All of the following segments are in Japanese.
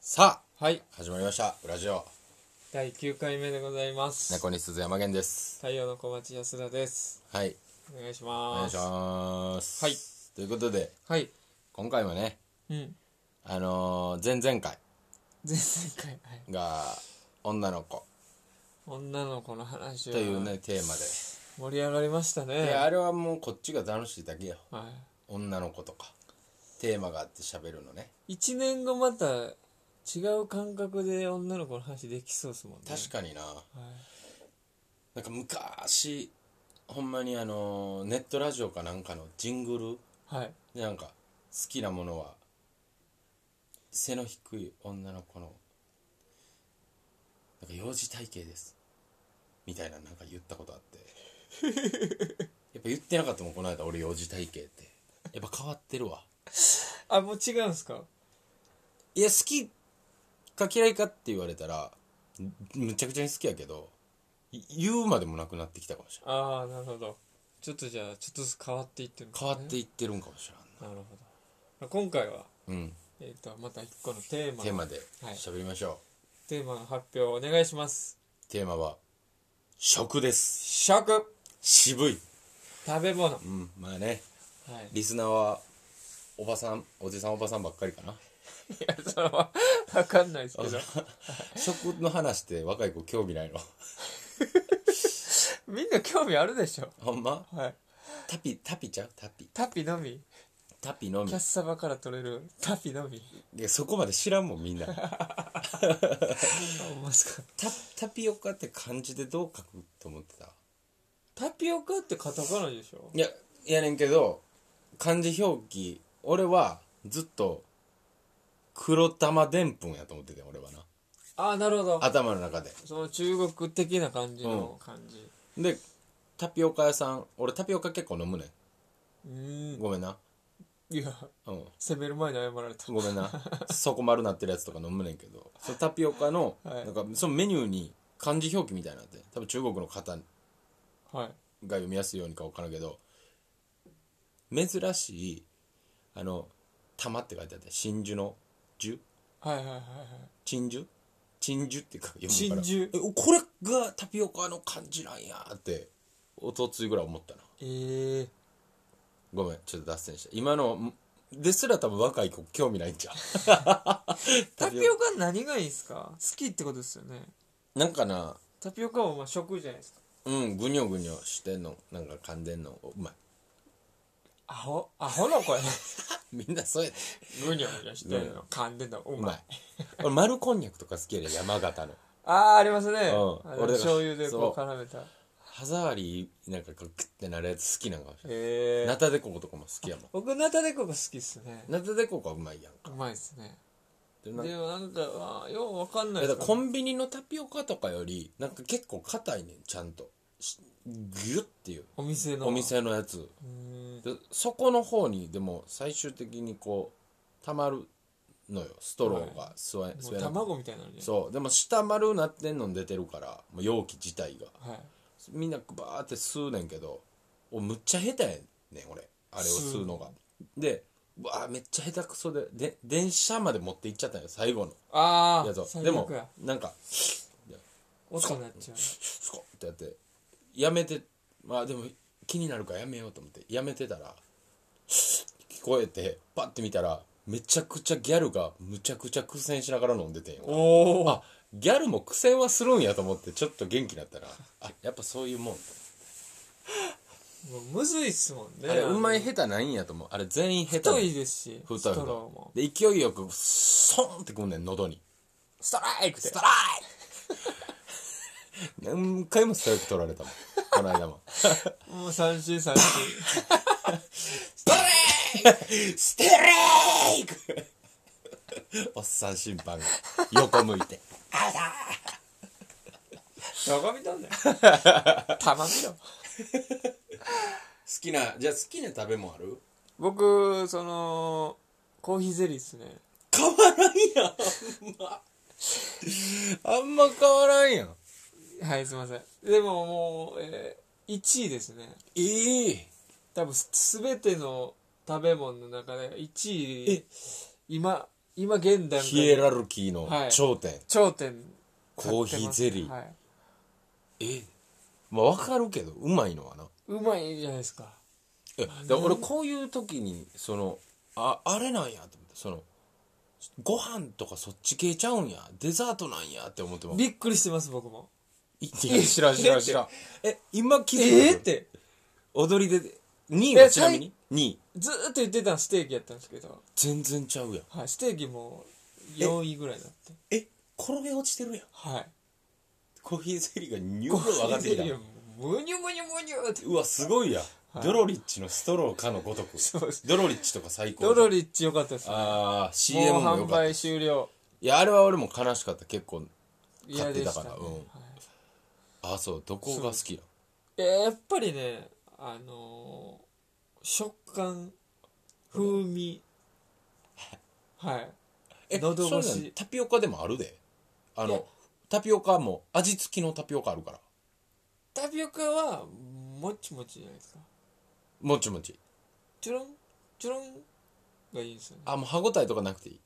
さはいあ始まりました「ウラジオ第9回目でございます猫に鈴山源」です太陽の小町安田ですはいお願いしおま願いしすますはいということではい今回もねうんあのー前々回前々回はいが「女の子女の子の」話とはいうねテーマで盛り上がりましたねいやあれはもうこっちが楽しいだけよは女の子とかテーマがあって喋るのねい、1年後また違う感覚で女の子の話できそうですもんね確かになかはいなんか昔ほんまにあのーネットラジオかなんかのジングルはい、でなんか好きなものは背の低い女の子のなんか幼児体型ですみたいななんか言ったことあって やっぱ言ってなかったもんこの間俺幼児体型ってやっぱ変わってるわあもう違うんすかいや好きか嫌いかって言われたらむむちゃくちゃに好きやけどい言うまでもなくなってきたかもしれないああなるほどちょっとじゃあちょっとずつ変わっていってるんです変ねわっていってるんかもしなるほど今回は、れんうんえー、とまた1個のテーマテーマではい喋りましょう、テーマの発表お願いしますテーマは食です食渋い食べ物はうんまあねいリスナーはおばさんおじさんおばさんばっかりかないや、それは、わかんないですけど。食の話って若い子興味ないの みんな興味あるでしょ。ほんまはい。タピタピちゃうタピタピのみ。タピのみキャッサバから取れるタピのみ。でそこまで知らんもんみんな タあ、思いますか。タピオカって漢字でどう書くと思ってたタピオカってカタカナでしょいやいやねんけど漢字表記俺はずっと黒玉でんぷんやと思ってて俺はなあ、なるほど。頭の中でその中国的な感じの感じ。でタピオカ屋さん俺タピオカ結構飲むねうんん。ごめんないや、うん攻める前に謝られた。ごめん なそこ丸なってるやつとか飲むねんけどそのタピオカの、はいなんかそのメニューに漢字表記みたいなのあって多分中国の方がはい。読みやすいようにか分からんけど珍しいあの「玉」って書いてあって真珠の「珠」はいはいはいはい。珍珠珍珠って書く読むから珍えこれがタピオカの漢字なんやっておとついぐらい思ったなええー。ごめんちょっと脱線した今のんですら多分若い子興味ないんちゃうタピオカ何がいいですか好きってことですよね。なんかなタピオカはまあ食じゃないですか。うんぐにょぐにょしてんのなんか噛んでんのうまいアホ、アホの声。みんなそうやってぐにゃぐにゃしてるの。噛んでんの。ううまいまい俺丸こんにゃくとか好きやね山形のああありますうんね、あ俺だのから醤油でこうそう絡めたへ歯触りなんかこうクッてなるやつ好きなのかもしれないえナタデココとかも好きやもん僕ナタデココ好きっすねナタデココはうまいやんうまいっすねでもなんでかもなんかあーようわかんないだっかすらコンビニのタピオカとかよりなんか結構硬いねんちゃんとしギュッていうお店のお店のやつうーんでそこの方にでも最終的にこうたまるのよストローが吸えも吸えなくうて卵みたいなのにそうでも下丸なってんの出てるからもう容器自体がはいみんなバーって吸うねんけどおむっちゃ下手やねん俺あれを吸うのがでうわーめっちゃ下手くそでで電車まで持って行っちゃったんよ最後のあやつあを最でも悪やなんか音になっちゃうスコッてやってやめてまあでも気になるからやめようと思ってやめてたら聞こえてパッて見たらめちゃくちゃギャルがむちゃくちゃ苦戦しながら飲んでてんよおおあギャルも苦戦はするんやと思ってちょっと元気になったらあやっぱそういうもんむずいっすもんねあれうまいヘ下手ないんやと思うあれ全員下手太ないですし太いスト太いローもで勢いよくソンってくんねん喉にストライクってストライク何回もストライク取られたもんこの間ももう三振三 振ストライク ストライクおっさん審判が横向いてどこ見とんねん 玉見ろきなじゃあ好きな食べ物ある僕そのコーヒーゼリーっすね変わらんやんあんまあんま変わらんやんはい、すいません。でももう、えー、1位ですね。ええ多分す、すべての食べ物の中で1位、今、今現段ヒエ階ラルキーの頂点、頂点コーヒーゼリー、はい、えまあわかるけどうまいのはなうまいじゃないですかいやだから俺こういう時にそのああれなんやと思ってそのご飯とかそっち系ちゃうんやデザートなんやって思ってますびっくりしてます僕もいや知らん知らん知らんえ今気づいたえっ、って踊りで2位はえちなみに2位ずーっと言ってたのステーキやったんですけど、全然ちゃうやんはい、ステーキも4位ぐらいだってえ転げ落ちてるやんはいコーヒーゼリーがニュー上がってきたいやむにゅむにゅむにゅってうわすごいや、はいドロリッチのストローかのごとくそうですドロリッチとか最高ドロリッチ良かったですねああも CM うもよ販かったい売終了やあれは俺も悲しかった結構嫌でした,、ね買ってたからうんはいあそうどこが好きやいややっぱりねあのー食感風味はいえ喉越しそれなんタピオカでもあるであいやのタピオカも味付きのタピオカあるからタピオカはもっちもちじゃないですかもちもちチュロンチュロンがいいんですよねあもう歯ごたえとかなくていい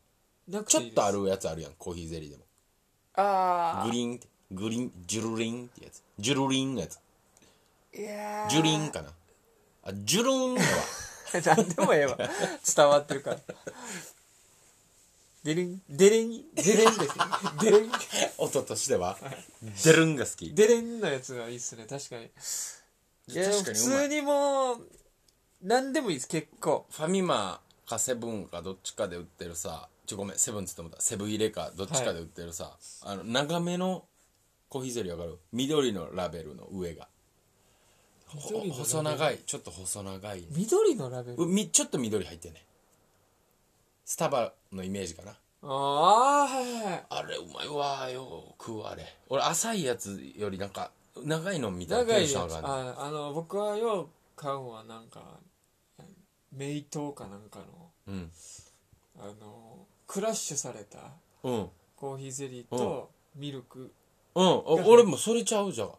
なくちてょいいっですとあるやつあるやんコーヒーゼリーでもあグリーンってグリーンジュルリンってやつジュルリンのやつーいやージュリンかなあジュル ンのは何でもええわ伝わってるからデリンデリンデレンですねデレン音としてはデルンが好きデレンのやつがいいっすね確かにいや確か普にうま通いにもう何でもいいです結構ファミマかセブンかどっちかで売ってるさちょごめんセブンっつってもたセブン入れかどっちかで売ってるさ、あの長めのコーヒーゼリーわかる緑のラベルの上がほ緑のラベル細長いちょっと細長い、緑のラベルうみちょっと緑入ってんねスタバのイメージかなああーはいはいはいあれうまいわよ食うあれ俺浅いやつよりなんか長いのみたいな長テンいやシつョン上がるああの僕はよう買うのはなんかメイトーかなんかのうんあのクラッシュされたうんコーヒーゼリーとミルクうんあ俺もそれちゃうじゃん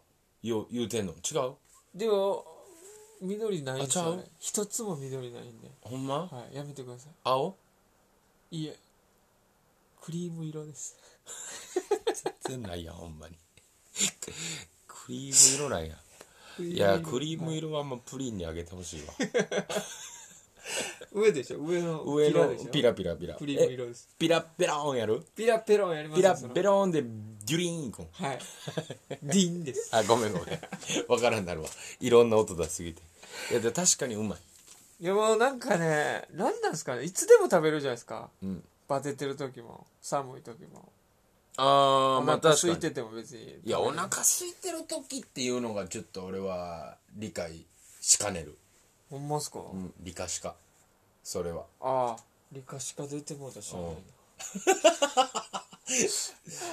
よ言うてんの違うでも緑ないんですよあちゃね一つも緑ないんでほんまはいやめてくださ青いいいえクリーム色です全然ないやんほんまに クリーム色なんやクリいームや色クリーム色はもうプリンにあげてほしい わ上でしょ上の上ピラのでしょピラピラピラクリームえ色ですピラペロンやるピラペロンやりますピよラそのペロンでデュリーンいくんはい ディンですあごめんごめん わからんなるわいろんな音出しすぎていやで確かにうまいいやもうなんかね何なんですかねいつでも食べるじゃないですかうんバテてる時も寒い時もあお腹空いてても別にいやお腹空いてる時っていうのがちょっと俺は理解しかねる、ほんまっすか、うん、理科しかそれはああ理科しか出てもうたしうん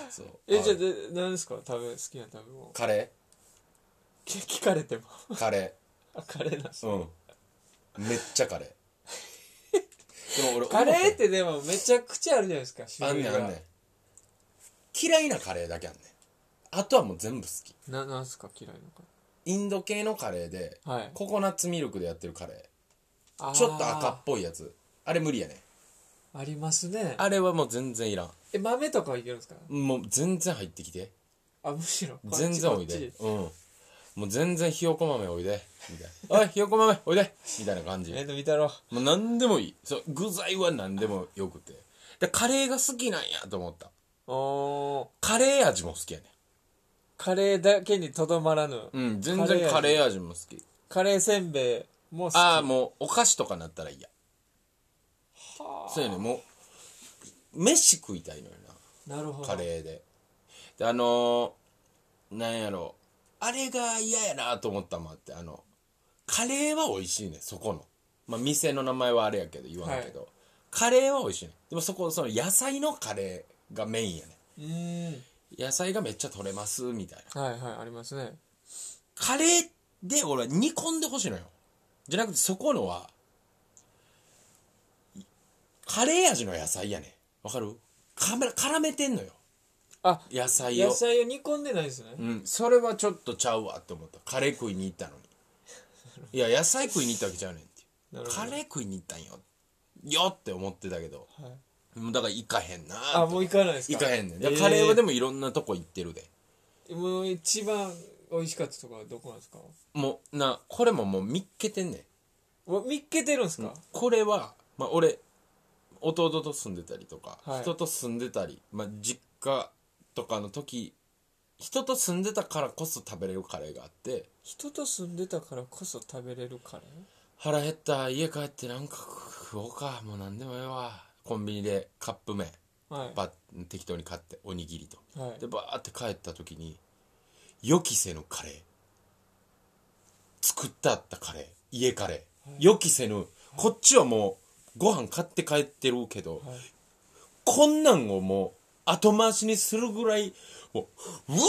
そうえじゃああで何ですか食べ好きな食べ 物カレ聞聞か れてもーカレーあカレーなしうんめっちゃカレー でも俺カレーっ思てでもめちゃくちゃあるじゃないですかたあんねんあんねん嫌いなカレーだけあんねんあとはもう全部好きななんすか嫌いのかインド系のカレーで、はいココナッツミルクでやってるカレーあーちょっと赤っぽいやつあれ無理やねんありますねあれはもう全然いらんえ豆とかはいけるんですかもう全然入ってきてあむしろこっち全然おいこっでちうんもう全然ひよこ豆おいでみた いな「おいひよこ豆おいで」みたいな感じ面倒見たろもう何でもいいそう具材は何でもよくてでカレーが好きなんやと思ったおーカレー味も好きやねカレーだけにとどまらぬ、んうん全然カカレレー味も好きカレーせんべいも好きああもうお菓子とかなったら嫌そうやねもう飯食いたいのよなるほなどカレーでであのー、なんやろあれが嫌やなと思ったもんあってあのカレーは美味しいねそこのまあ店の名前はあれやけど言わんけど、カレーは美味しいねでもそこその野菜のカレーがメインやねうーん野菜がめっちゃ取れますみたいなはいはいありますねカレーで俺は煮込んでほしいのよじゃなくてそこのはカレー味の野菜やねわかるかめ絡めてんのよあ野菜を野菜を煮込んでないですね、うん、それはちょっとちゃうわって思ったカレー食いに行ったのにいや野菜食いに行ったわけちゃうねんっていうなるほカどレー食いに行ったんよよって思ってたけどはい、もうだから行かへんなあもう行かないです行かかへんねんだえかーらカレーはでもいろんなとこ行ってるで、もう一番美味しかったとこはどこなんですかもうなこれももう見っけてんねんわ見っけてるんですか、これは、まあ、俺弟と住んでたりとか、はい人と住んでたり、まあ、実家とかの時人と住んでたからこそ食べれるカレーがあって人と住んでたからこそ食べれるカレ腹減った家帰ってなんか食おうかもう何でもええわコンビニでカップ麺ーはいバッ適当に買っておにぎりとはいでバーって帰った時に予期せぬカレー作ってあったカレー家カレー、予期せぬこっちはもうご飯買って帰ってるけど、はいこんなんをもう後回しにするぐらいもううわ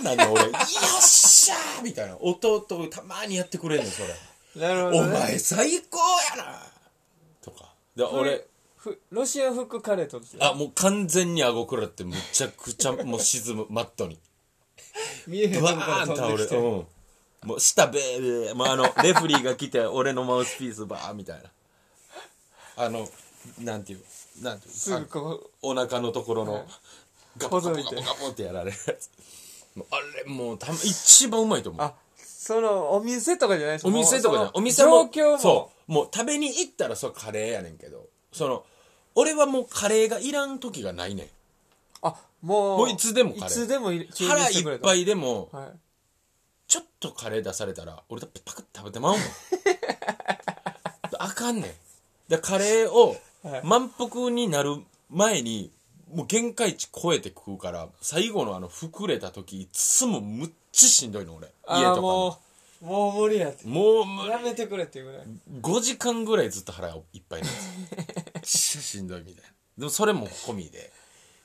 ーなん だ俺よっしゃーみたいな弟たまにやってくれんのそれなるほおど、ね、前最高やなとかで俺俺ふロシア服カレーとあもう完全に顎くらってむちゃくちゃもう沈むマットに見えへんとこバからーン倒飛れんでるきてうん、もう下べーべーもうあのレフリーが来て俺のマウスピースバーンみたいなあのなんていうなんていうすぐこお腹のところのガポガポガポガポってやられるやつもうあれもうたま一番うまいと思ううあそのお店とかじゃないですお店とかじゃないもおう店そのも状況もそうもう食べに行ったらそれカレーやねんけどその俺はもうカレーがいらん時がないねんあもうもういつでもカレーいつでもい急に腹してくいっれぱい、いでもはい、ちょっとカレー出されたら俺だってパクッて食べてまうもんあかんねんでカレーをはい満腹になる前にもう限界値超えて食うから最後のあの膨れた時いつもむっちしんどいの俺家あとあかももうもう無理やってもう無理やめてくれっていうぐらい5時間ぐらいずっと腹がいっぱいなんです よしんどいみたいなでもそれも込みで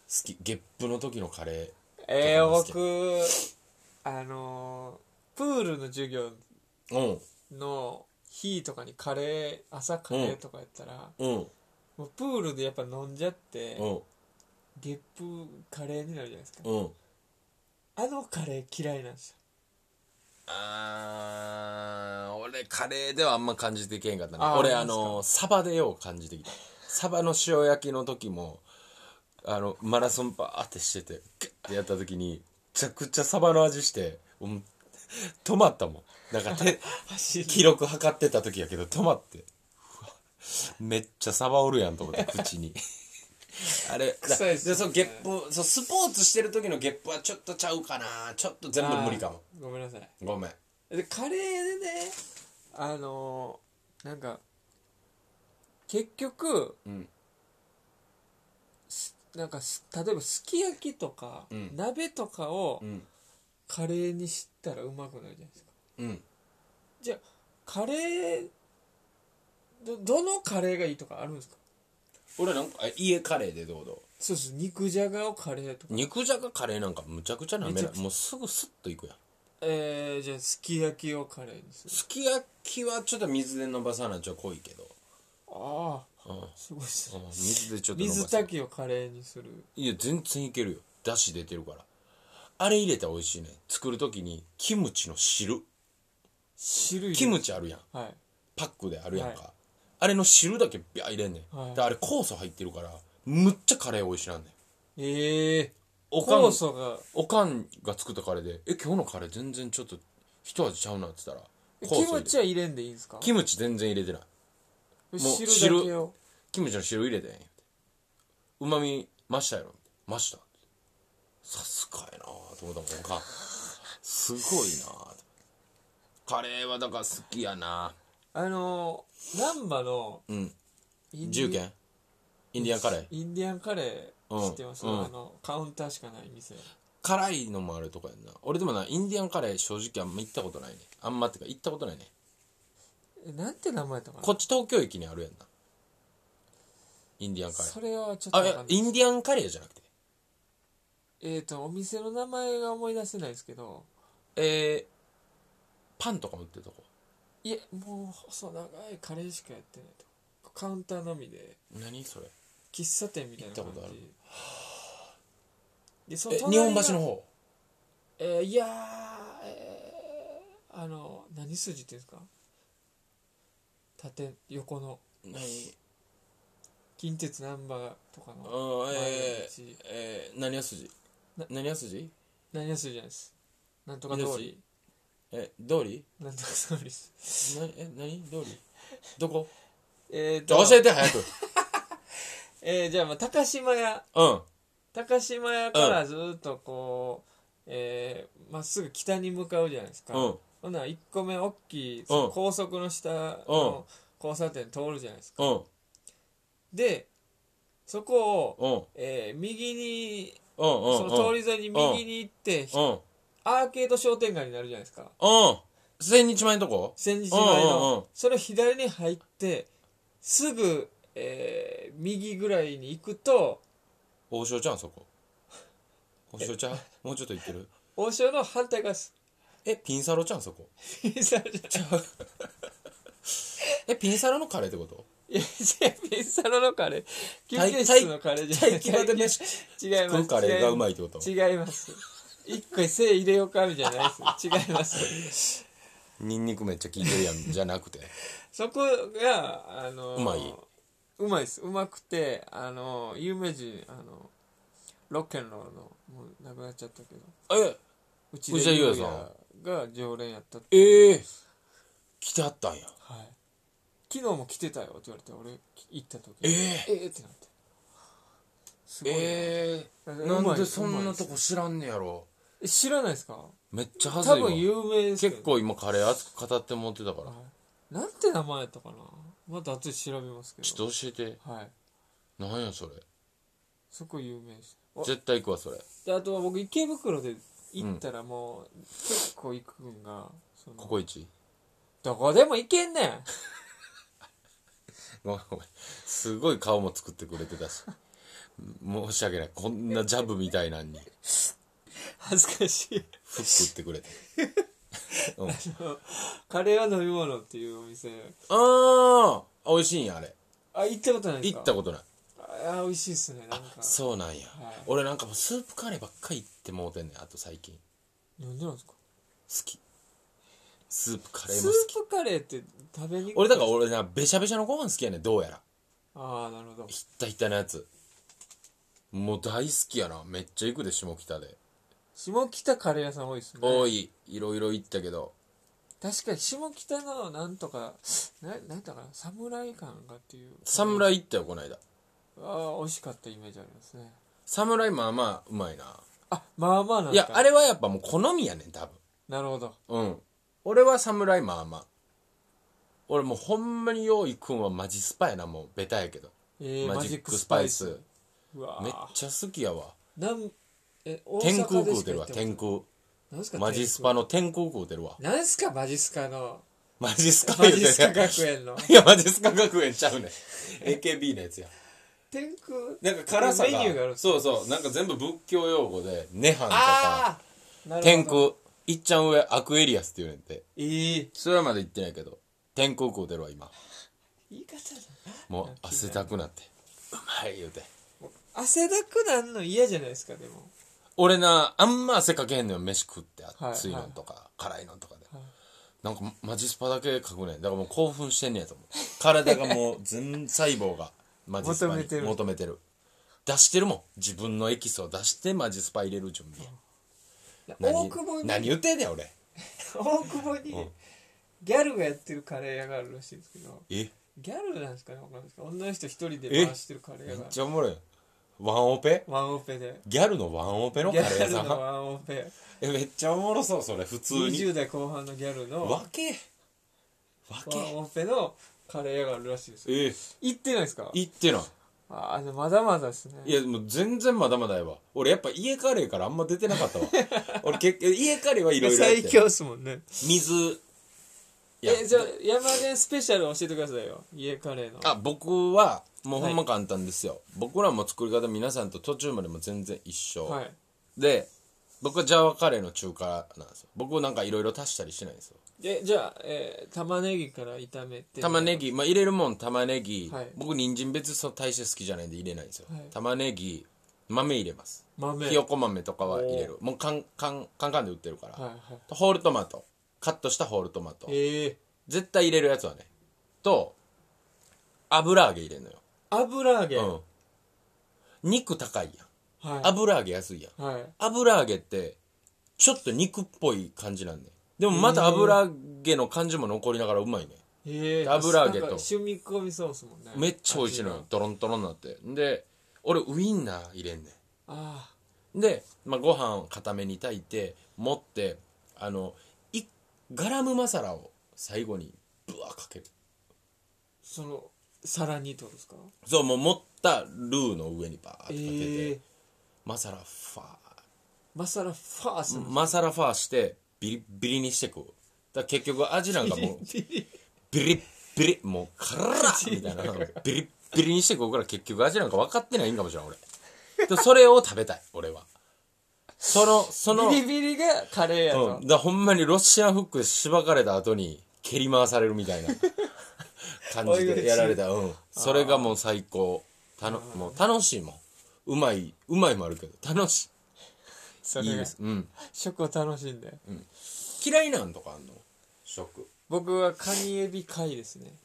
好きゲップの時のカレーえー、どうなんですか僕あのープールの授業うんの日とかにカレー朝カレーとかやったら、うんもうプールでやっぱ飲んじゃって、うんゲップカレーになるじゃないですか、うんあのカレー嫌いなんですよあー俺カレーではあんま感じていけへんかったねあー俺あありますかのサバでよう感じてきたサバの塩焼きの時もあのマラソンバーってしててグッてやった時にめちゃくちゃサバの味して、うん、止まったもんなんか手走る 記録測ってた時やけど止まって うわめっちゃサバおるやんと思って 口にあれだ臭いっすねでそうゲップそうスポーツしてる時のゲップはちょっとちゃうかなちょっと全部無理かもあーごめんなさいごめんでカレーでねあのーなんか結局うんすなんかす例えばすき焼きとか、うん鍋とかをうんカレーにしたらうまくなるじゃないですかうんじゃあカレーどどのカレーがいいとかあるんですか俺なんかあ家カレーでどうどうそうです肉じゃがをカレーとか肉じゃがカレーなんかむちゃくちゃなめめちなゃくいちゃもうすぐスッといくやんえー、じゃあすき焼きをカレーにするすき焼きはちょっと水で伸ばさないと濃いけど、ああうんうん、すごいっすね水でちょっと伸ば水さない炊きをカレーにするいや全然いけるよだし出てるからあれ入れたら美味しいね作る時にキムチの汁汁入れキムチあるやんはいパックであるやんか、はあれの汁だけビャー入れんねん、はいであれ酵素入ってるからむっちゃカレー美味しなんねんええおかん酵素がおかんが作ったカレーで「え今日のカレー全然ちょっと一味ちゃうな」って言ったら酵素入れキムてチは入れんでいいんですかキムチ全然入れてない汁もうだけをキムチの汁入れてんうまみ増したやろ増したさすがやなと思ったもんおかんすごいなとカレーはだから好きやなあのー難波のうんインディ重軒インディアンカレーインディアンカレうーん知ってます、うんあのカウンターしかない店辛いのもあるとかやんな俺でもなインディアンカレー正直あんま行ったことないねあんまってか行ったことないねえなんて名前だったかこっち東京駅にあるやんなインディアンなカレそーれはちょっとあいわかやんないインディアンカレーじゃなくてえっ、とお店の名前が思い出せないですけどえー、パンとかも売ってるとこいえもうそう長いカレーしかやってないとカウンターのみで何それ喫茶店みたいな感行ったことあるじでそえ隣日が本橋の方えーいやー、えーあの何筋っていうんですか縦横の何近鉄ナンバーとかのうんえ前のー、えー、何や筋な何や筋何やすいじゃないですなんとか通りえ通りなんとか通りですなえ何通りど こえーじゃ とあ教えて 早くえーじゃあまあ高島屋うん高島屋からずっとこう、えーまっすぐ北に向かうじゃないですか、うんほんなら1個目大きいそのうん高速の下の交差点通るじゃないですかうんでそこを、うんえー右にうんうんその通りり沿いに右に行ってうんうんアーケード商店街になるじゃないですか千日前のとこ千日前うんうんうんのそれを左に入ってすぐ、えー右ぐらいに行くと王将ちゃんそこ王将ちゃんもうちょっと行ってる王将の反対側ですえピンサロちゃんそこピンサロじゃないえピンサロのカレーってこといや違うピンサロのカレー休待憩室のカレーじゃ ない待機場で飯違い食まうすカレーがうまいってこと違います一個精入れようかみたいなやつ違いますニンニクめっちゃ効いてるやんじゃな くてそこがあのうまいうまいですうまくてあの有名人あのロッケンロールのもう亡くなっちゃったけどえう内田裕也さんが常連やったってええ来てあったんやはい昨日も来てたよって言われて俺行った時ええーってなってすごいなええうまいなんでそんなとこ知らんねやろえ知らないですかめっちゃ恥多ずいわ分有名ですけど結構今カレー熱く語って持ってたからはいなんて名前やったかなまた後で調べますけどちょっと教えてはいなんやそれそこ有名ですお絶対行くわそれであとは僕池袋で行ったらもう、結構行くんがそのココイチどこでも行けんねん ごめんごめんすごい顔も作ってくれてたし申し訳ないこんなジャブみたいなんに恥ずかしいフックってくれてうん、あカレーは飲み物っていうお店ーあ美味しいんやあれあ行ったことないです行かったことないああ美味しいっすねなんかそうなんや、はい俺なんかもうスープカレーばっかり行ってもうてんねんあと最近好なんでなんですかきスープカレースもー好きプカレーって食べにくい俺だから俺なべしゃべしゃのご飯好きやねんどうやらああなるほどひったひたのやつもう大好きやなめっちゃ行くで下北で、下北カレー屋さん多いっすね多いいろいろ行ったけど確かに下北のなんとかななんだったかな侍感がっていう侍行ったよこの間ああ美味しかったイメージありますね侍まあまあうまいなあまあまあなんだいやあれはやっぱもう好みやねん多なるほど分うん俺は侍まあまあ俺もうほんまによう行くんはマジスパやなもうベタやけどえー、ママジジッッククススパパイイススうわめっーちゃ好きやわなんえ大天空阪食でうしかてる行わったことない天空なんすかマジスパの天空食うてるわ天空なんすかマジス カのマジスカマ言うてジスるカやん学園のいやマジスカ学園ちゃうねん AKB のやつや天空なんか辛さがメニューがあるんですかそうそうなんか全部仏教用語で「涅槃」とかああな「るほど天空」いっちゃん上アクエリアスって言うねんてええそれまで言ってないけど天空食うてるわ今言い方だもう汗だくなってうまい言うてもう汗だくなんの嫌じゃないですかでも俺なあんま汗かけへんのよ飯食ってい熱いのとか辛いのとかでなんかマジスパだけかくねんだからもう興奮してんねやと思う体が もう全細胞がマジスパ求めにてる求めてる出してるもん自分のエキスを出してマジスパ入れる準備や大久保に何言ってんねん俺大久保にギャルがやってるカレー屋があるらしいんですけどえギャルなんですかねわかんないですか女の人一人で回してるカレーめ屋っがちゃおもろいやんワンオペワンオペでギャルのワンオペのギカレーャ屋ルさのんワンオペえめっちゃおもろそうそれ普通に20代後半のギャルのワわけわけンオペのカレー屋があるらしいですよえ行ってないですか行ってないああでもまだまだですねいやもう全然まだまだやわ俺やっぱ家カレーからあんま出てなかった わ俺結局家カレーはいろいろやって最強ですもんね水いやえじゃあ山根スペシャル教えてくださいよ家カレーのあ僕はもうほんま簡単ですよ、僕らも作り方皆さんと途中までも全然一緒、はいで僕はジャワカレーの中華なんですよ僕なんかいろいろ足したりしないんですよえじゃあ、えー玉ねぎから炒めて玉ねぎ、まあ、入れるもん玉ねぎ、はい僕人参別にその大して好きじゃないんで入れないんですよ、はい玉ねぎ豆入れます豆ひよこ豆とかは入れるもうカンカンカンカンで売ってるから、はいはいホールトマトカットしたホールトマトええ絶対入れるやつはねと油揚げ入れるのよあ油揚げ、うん肉高いやんは油揚げ安いやんいはい油揚げってちょっと肉っぽい感じなんねでもまた油揚げの感じも残りながらうまいねええ油揚げとなんか染み込みそうですもんねめっちゃ美味しいの味よがドロンドロンになってで俺ウインナー入れんねあんで、まあ、ご飯を固めに炊いて持ってあのいガラムマサラを最後にぶわかけるーその皿にってことですかそうもう持ったルーの上にバーってかけて、ええー、マサラファマサラファースーのマサラファーしてビリッビリにしてくだから結局味なんかもうピリピリビリッビリッもうカラッみた いなビリッビリにしてこうから結局味なんか分かってないんかもしれん俺でそれを食べたい俺はそのそのビリビリがカレーやうとん、だからほんまにロシアンフックでしばかれた後に蹴り回されるみたい な感じでやられた、うん、それがもう最高たのもう楽しいもんうまいうまいもあるけど楽しそいいいれでがす、うん、食を楽しんで嫌いなんとかあんの食僕はカニエビ貝ですね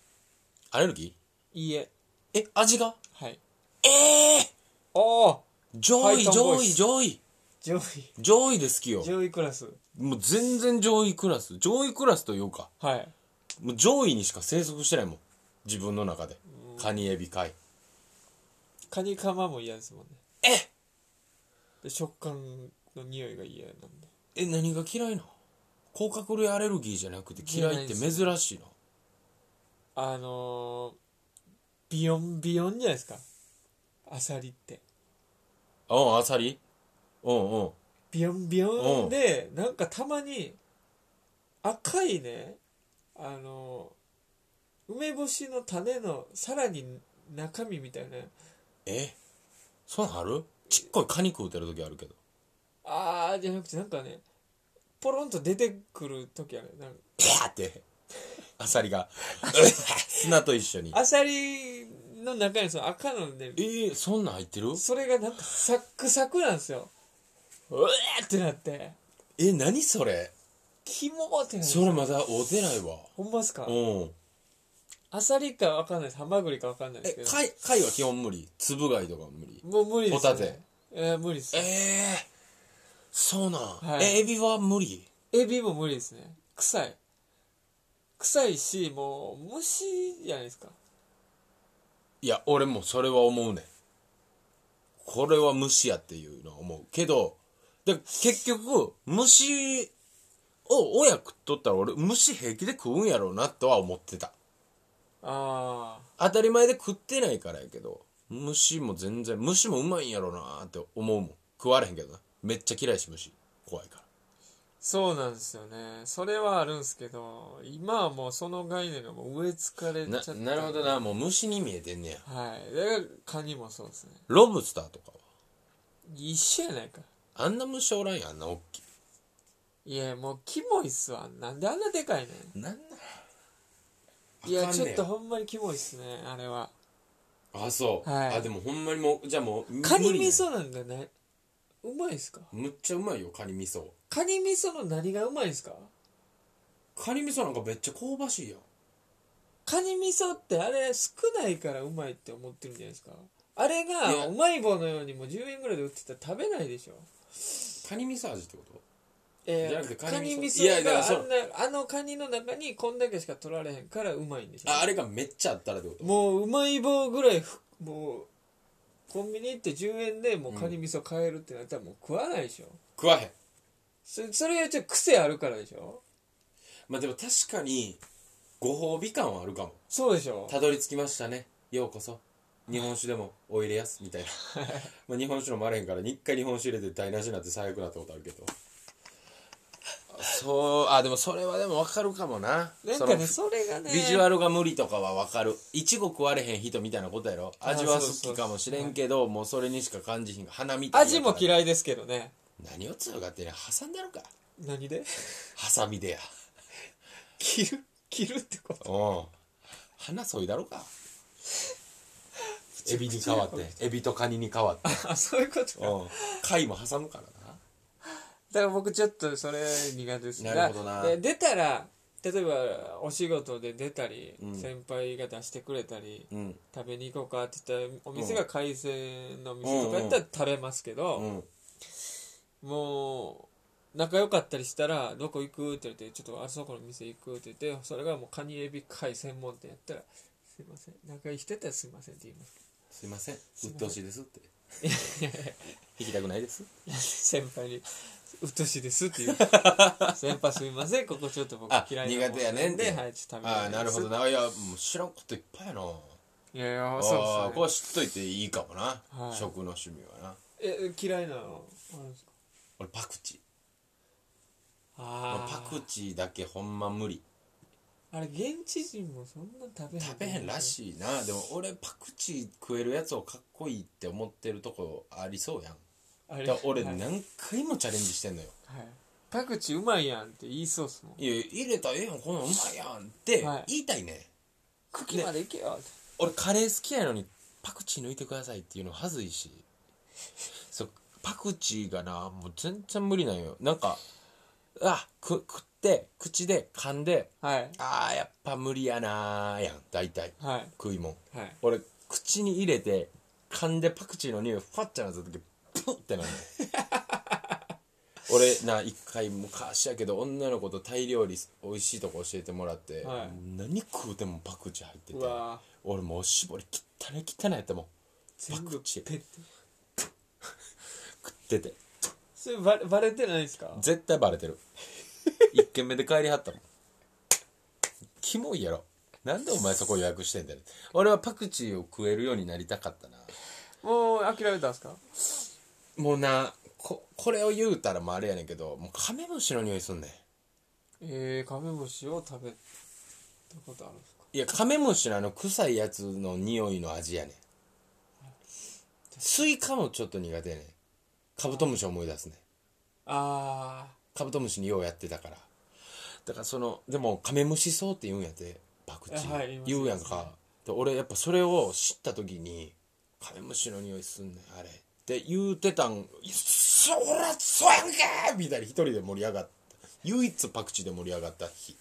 アレルギいいえーえ味がはいええおお上ハ位イトーンボ上イ位ス上位上上位で好きよ位上位クラスもう全然上位クラス上位クラスというかはいもう上位にしか生息してないもん自分の中でカニエビ貝カニカマも嫌ですもんねえで食感の匂いが嫌なんでえ何が嫌いなの甲殻類アレルギーじゃなくて嫌いって珍しいなあのー、ビヨンビヨンじゃないですかアサリってうんアサリうんうんビヨンビヨうんンでなんかたまに赤いねあのー、梅干しの種のさらに中身みたいなえそんなんあるちっこいカニ食うてる時あるけどあーじゃなくてなんかねポロンと出てくる時あるなんかペアって アサリがうわ 砂と一緒にアサリの中にその赤のねえー、そんなん入ってるそれがなんかサックサクなんですようわーってなってえ何それキモーってなってそれまだおてないわほんまっすかうんアサリかわかんないですハマグリかわかんないですえけど貝貝は基本無理つぶ貝とかも無理もう無理です、ね、ホタテえー無理ですええー、そうなん、はいえエビは無理エビも無理ですね臭い臭いしもう虫じゃないですかいや俺もそれは思うねんこれは虫やっていうのは思うけどで結局虫を親食っとったら俺虫平気で食うんやろうなとは思ってたあ当たり前で食ってないからやけど虫も全然虫もうまいんやろうなって思うもん食われへんけどなめっちゃ嫌いし虫怖いからーそうなんですよねそれはあるんですけど今はもうその概念がもう植え付かれちゃなってなるほどなもう虫に見えてんねやはいだからカニもそうですねロブスターとかは一緒やないかあんな虫おらんやんあんなおっきいいやもうキモいっすわなんであんなでかいねなんなんんいやあかんちねょやっとほんまにキモいっすねあれはあそう、はいあでもほんまにもうじゃあもうカニ無理ね味噌なんかねうまいっすかむっちゃうまいよカニ味噌カニ味噌の何がうまいんすかカニ味噌なんかめっちゃ香ばしいやんカニ味噌ってあれ少ないからうまいって思ってるんじゃないですかあれいやがうまい棒のようにもう10円ぐらいで売ってたら食べないでしょカニ味噌味ってことじゃえなくてー、カカニニ味味噌いや噌だからがあそうんなあのカニの中にこんだけしか取られへんからうまいんでしょああれがめっちゃあったらってこともううまい棒ぐらいふもうコンビニ行って10円でもうカニ味噌買えるってなったらもう食わないでしょ、食わへんそそれちょっと癖あるからでしょまあでも確かにご褒美感はあるかもそうでしょたどり着きましたねようこそ日本酒でもお入れやすみ たいなまあ日本酒のもあれへんから一回日本酒入れて台無しになって最悪なったことあるけどそうあでもそれはでも分かるかもななんそかのねそれがねビジュアルが無理とかは分かるいちご食われへん人みたいなことやろ味は好きかもしれんけどもうそれにしか感じひんが鼻みたい味も嫌いいですけどね何を強がってね挟んだのか何で ハサミでや切る切るってことうん鼻そいだろかエビに変わって エビとカニに変わって あそういうことかうん貝も挟むからなだから僕ちょっとそれ苦手ですなるほどなだで出たら例えばお仕事で出たり、うん先輩が出してくれたりうん食べに行こうかって言ったらお店が海鮮の店とかやったら食べますけど、うんもう仲良かったりしたら「どこ行く?」って言って「ちょっとあそこの店行く?」って言ってそれがもうカニエビ貝専門店やったら「すいません仲良いしてたらすいません」って言いますいませんいません鬱陶しいです って行きたくないです先輩に「うっとうしいです」っていう 先輩すみませんここちょっと僕あ嫌いなも苦手やねんってではいちょっと食べああいですなるほどないやもう知らんこといっぱいやなあいやいやあそうこそうれ知っといていいかもな、はい食の趣味はなえ嫌いなのあるんですか俺パクチーあパークチーだけほんま無理あれ現地人もそんな食べへん食べへんらいしいなでも俺パクチー食えるやつをかっこいいって思ってるとこありそうやんあだれから俺はい何回もチャレンジしてんのよはいパクチーうまいやんって言いそうっすもんいや入れたらええやんこんなんうまいやんってはい言いたいね、茎までいけよ俺カレー好きやのにパクチー抜いてくださいっていうのはずいしそうパクチーがなもう全然無理なんよなんかあく食って口で噛んではいあーやっぱ無理やなーやん大体はい食いもんはい俺口に入れて噛んでパクチーの匂いファッてなった時プッてなる俺な一回昔やけど女の子とタイ料理美味しいとこ教えてもらって、はい何食うてもパクチー入っててうわー俺もうおしぼり汚い汚いやったもん全パ部クチーペッて食っててそれバレバレてないですか絶対バレて る一軒目で帰りはったもんキモいやろなんでお前そこ予約してんだよ俺はパクチーを食えるようになりたかったなもう諦めたんですかもうなここれを言うたらもうあれやねんけどもうカメムシの匂いすんねえー、カメムシを食べたことあるんですかんいやカメムシのあの臭いやつの匂いの味やねんスイカもちょっと苦手やねんカブトムシ思い出すねんあカブトムシにようやってたからだからそのでもカメムシソウって言うんやってパクチー、はい言います言うやんかで俺やっぱそれを知った時にカメムシの匂いすんねんあれって言うてたん「いっそらそうやんけ!」みたいに一人で盛り上がった唯一パクチーで盛り上がった 日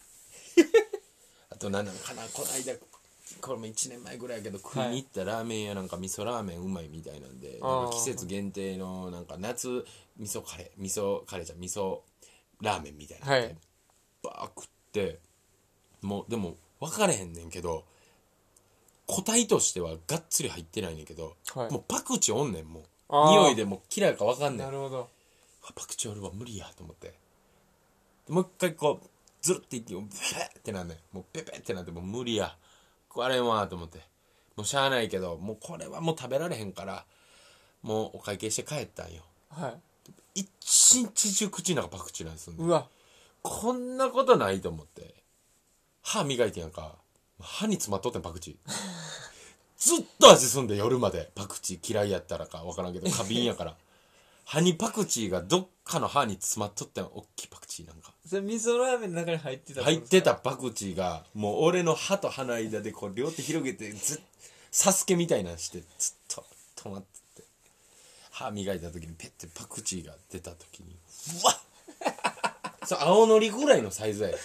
あと何なのかなこの間これも1年前ぐらいやけど食いに行ったラーメン屋なんか味噌ラーメンうまいみたいなんであーなんか季節限定のなんか夏味噌カレー味噌カレーじゃん味噌ラーメンみたいなのはいバー食ってもうでも分かれへんねんけど個体としてはがっつり入ってないねんけど、はいもうパクチーおんねんもうあー匂いでもう嫌いか分かんあねんなるほどあパクチー俺は無理やと思ってもう一回こうずるっていってもうペペってなんねんもうペペってなってもう無理や食われんわと思ってもうしゃあないけどもうこれはもう食べられへんからもうお会計して帰ったんよはい一日中口の中パクチーなんですんねんうわこんなことないと思って歯磨いてんやんか歯に詰まっとってんパクチーずっと味すんで夜までパクチー嫌いやったらかわからんけど過敏やから歯にパクチーがどっかの歯に詰まっとってんおっきいパクチーなんかそれ味噌ラーメンの中に入ってた入ってたたパクチーがもう俺の歯と歯の間でこう両手広げてずっサスケみたいなのしてずっと止まってて歯磨いた時にペッてパクチーが出た時にうわっ そう青のりぐらいのサイズやよ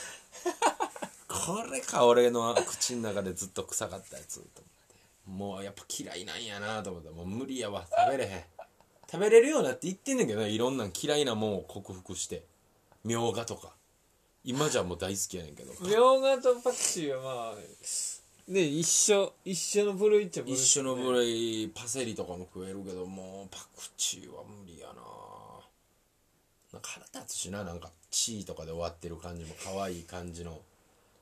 これか俺の口の中でずっと臭かったやつと思ってもうやっぱ嫌いなんやなと思ってもう無理やわ食べれへん食べれるようになって言ってんねんけどねいろんなん嫌いなもんを克服してみょうがとか今じゃもう大好きやねんけどみょうがとパクチーはまあね一緒一緒の部類っちゃ部類一っす緒ねの部類パセリとかも食えるけどもうパクチーは無理やななんか腹立つしななんかチーとかで終わってる感じも可愛い感じの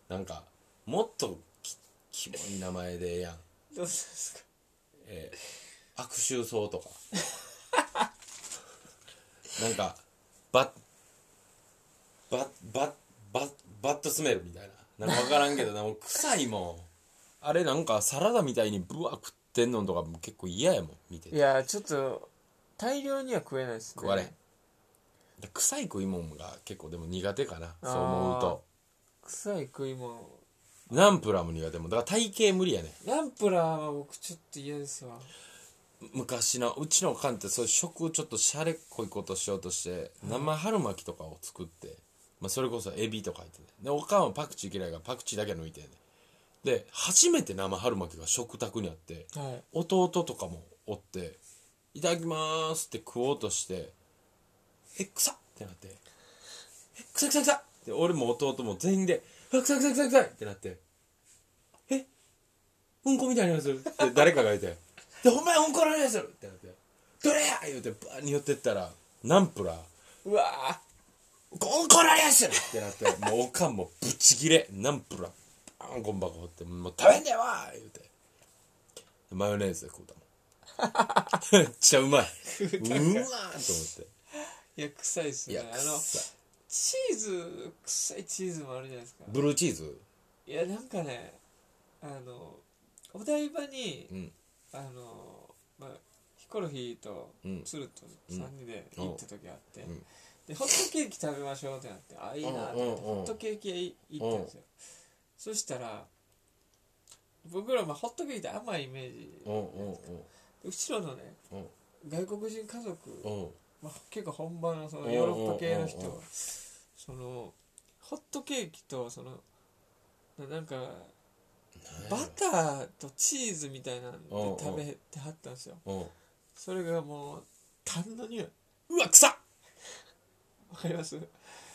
なんかもっときキモい名前でええやん、どうですかえー悪臭草とか なんかバッバッバッバッバッドスメルみたいななんか分からんけどなもう臭いもんあれなんかサラダみたいにブワー食ってんのとかも結構嫌やもん見てていやちょっと大量には食えないですね食われん臭い食い物が結構でも苦手かなそう思うと臭い食い物ナンプラーも苦手もんだから体型無理やねナンプラーは僕ちょっと嫌ですわ昔のうちのおかんってそういう食ちょっとシャレっこいことしようとして生春巻きとかを作ってまあ、それこそエビとか入ってねでおかんはパクチー嫌いからパクチーだけ抜いてんねで初めて生春巻きが食卓にあってはい弟とかもおって「いただきます」って食おうとして「え臭っ!」ってなって「え臭い臭い臭い!」で俺も弟も全員で「うわ臭い臭い臭い臭い!」ってなって「えうんこみたいなやつ」って誰かがいて「でほんまやうんこのやつ!」ってなって「どれや!」言うてバーに寄ってったらナンプラーうわゴンコラリアスってなって、もうおかんもぶち切れ、ナンプラー、バーンゴン箱掘って、もう食べんねえわー言うて。マヨネーズで食うたもん。めっちゃうまい。うわーと思って。ーいや臭いっすいねや、あの臭いチーズ臭いチーズもあるじゃないですかブルーチーズいやなんかねあのお台場にうん。あの、まあ、ヒコロヒーとうん鶴とうん3人で行った時あって、うんでホットケーキ食べましょうってなってあいいなと思ってうんうんうんホットケーキ屋い行ったんですよそしたら僕らまあホットケーキって甘いイメージうんうん後ろのねうん。外国人家族、うん。まあ、結構本場のそうんのうんヨーロッパ系の人うんうんそのホットケーキとそのななんかバターとチーズみたいなんでうんうん食べてはったんですようん。うん。それがもう痰の匂いうわ、臭っわかります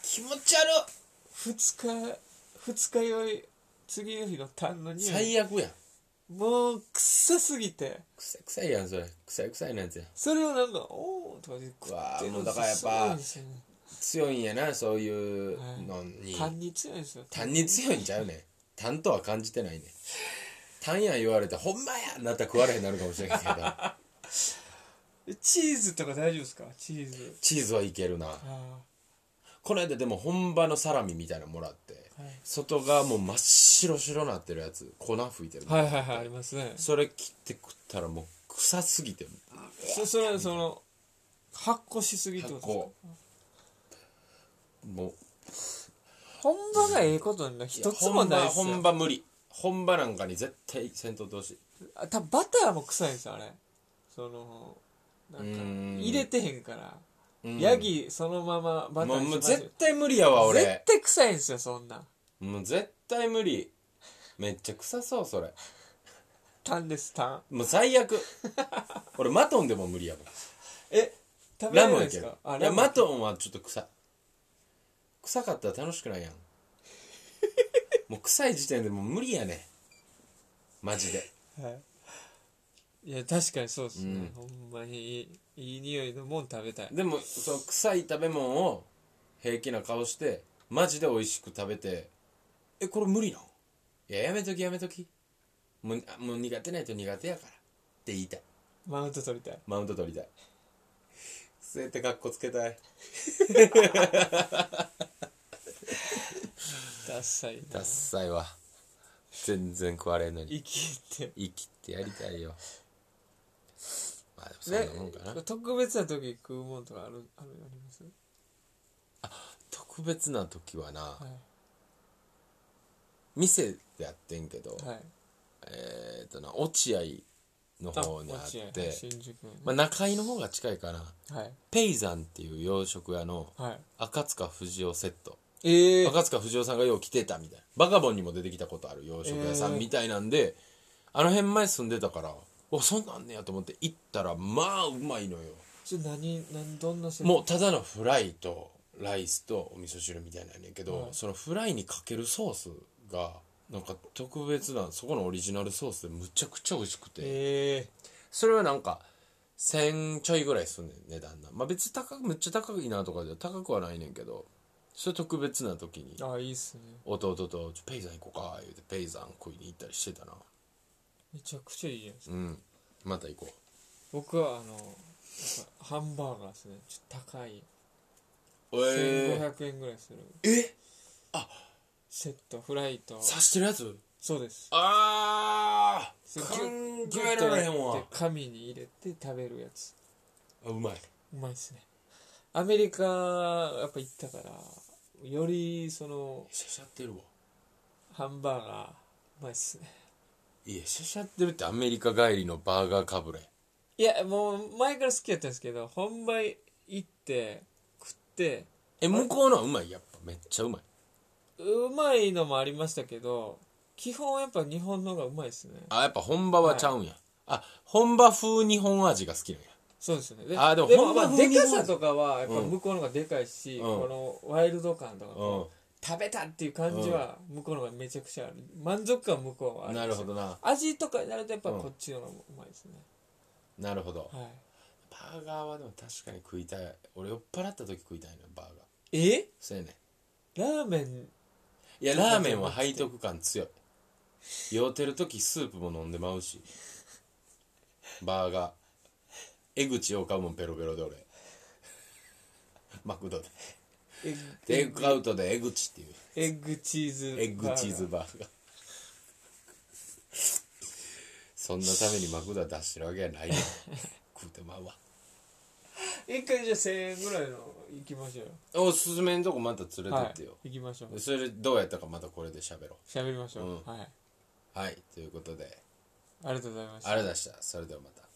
気持ち悪っ二日二日酔い次の日の痰の匂い最悪やん。もう臭すぎて臭い臭いやん、それ。臭い臭いなやつやん。それをなんか「おお」とかで食ってうるわーものうだからやっぱすごいんですよね強いんやな、そういうのに。痰に強いんですよ単に強いんちゃうねん単とは感じてないねん単や言われてほんまやなったら食われへんなるかもしれんけど えチーズとか大丈夫ですかチーズチーズはいけるなあこの間でも本場のサラミみたいなのもらってあはい外側もう真っ白白なってるやつ粉吹いてるの、はいはいはいありますねそれ切って食ったらもう臭すぎてそそれはその発酵しすぎって発ことで酵すかもう本場がええことにな一つもないっすよ本場本場無理本場なんかに絶対戦闘通しあ多分バターも臭いんですよあれそのなんうかーん入れてへんからい、うんヤギそのままバタもうーにもしうましょう絶対無理やわ俺絶対臭いんですよそんなもう絶対無理めっちゃ臭そうそれタンですタンもう最 悪俺マトンでも無理やもんえ食べラられムはないいでけするかあいやラムマトンはちょっと臭い臭かったら楽しくない やんもう臭い時点でもう無理やねマジではいいや確かにそうですね、うほんまにいいいい匂いのもん食べたいでもその臭い食べ物を平気な顔してマジで美味しく食べてえこれ無理なんいややめときやめときもうあもう苦手ないと苦手やからって言いたいマウント取りたいマウント取りたい そうやって格好つけたいダッサいなダッサいわ全然食われんのに生きて生きてやりたいよまあでもそんなねもんかな、特別な時に食うもんとかあるあるあります特別な時はな、はい店でやってんけど、はいえっ、とな落合の方にあ落合っはいて新宿のねまあ、中井の方が近いかなはいペイザンっていう洋食屋のはい赤塚不二夫セットええ赤塚不二夫さんがよう来てたみたいなバカボンにも出てきたことある洋食屋さえーんみたいなんで、あの辺前住んでたからおそんなんあんねやと思って行ったらまあうまいのよちょ何何どんなセリフもうただのフライとライスとお味噌汁みたいなんやねんけど、はいそのフライにかけるソースがなんか特別なそこのオリジナルソースでむちゃくちゃ美味しくて、ええそれはなんか1000ちょいぐらいすんねん値段なまあ別に高くむっちゃ高いなとかじゃ高くはないねんけどそれ特別な時にあいいっすね弟とちょ「ペイザン行こうか」言うてペイザン食いに行ったりしてたなめちゃくちゃいいじゃないですかうんまた行こ僕はあのやっぱハンバーガーですねちょっと高いうえ1500円ぐらいするー、えセットフライと刺してるやつそうですああそう考ギュえッられへんギュッわて紙に入れて食べるやつあうまいうまいっすねアメリカやっぱ行ったからよりそのしゃしゃってるわハンバーガーうまいっすねいやしゃしゃってるってアメリカ帰りのバーガーかぶれいやもう前から好きやったんですけど本場行って食ってえ向こうのはうまいやっぱめっちゃうまいうまいのもありましたけど基本やっぱ日本の方がうまいですねあやっぱ本場はちゃうんや、あ本場風日本味が好きなんやそうですよねであーでもほんままあ、風でにかさとかはやっぱうん向こうの方がでかいし、うんこのワイルド感とかうんこう食べたっていう感じは向こうの方がめちゃくちゃある満足感は向こうはあるんなですよるほどな味とかになるとやっぱうんこっちの方がうまいですね、なるほどはいバーガーはでも確かに食いたい俺酔っ払った時食いたいのよバーガーえそうやねラーメンいやラーメンは背徳感強い酔うてる時スープも飲んでまうしバーガー江口を買うもんペロペロで俺 マクドでエッテイクアウトで江口っていうエッグチーズエッグチーズババーガーそんなためにマクドは出してるわけや ないよ食うてまうわーガー一回じゃあ1000円ぐらいの行きましょうよおすすめのとこまた連れてってよ、はい、行きましょうそれどうやったかまたこれで喋ろ喋りましょう、うんはいはいということでありがとうございましたあれでしたそれではまた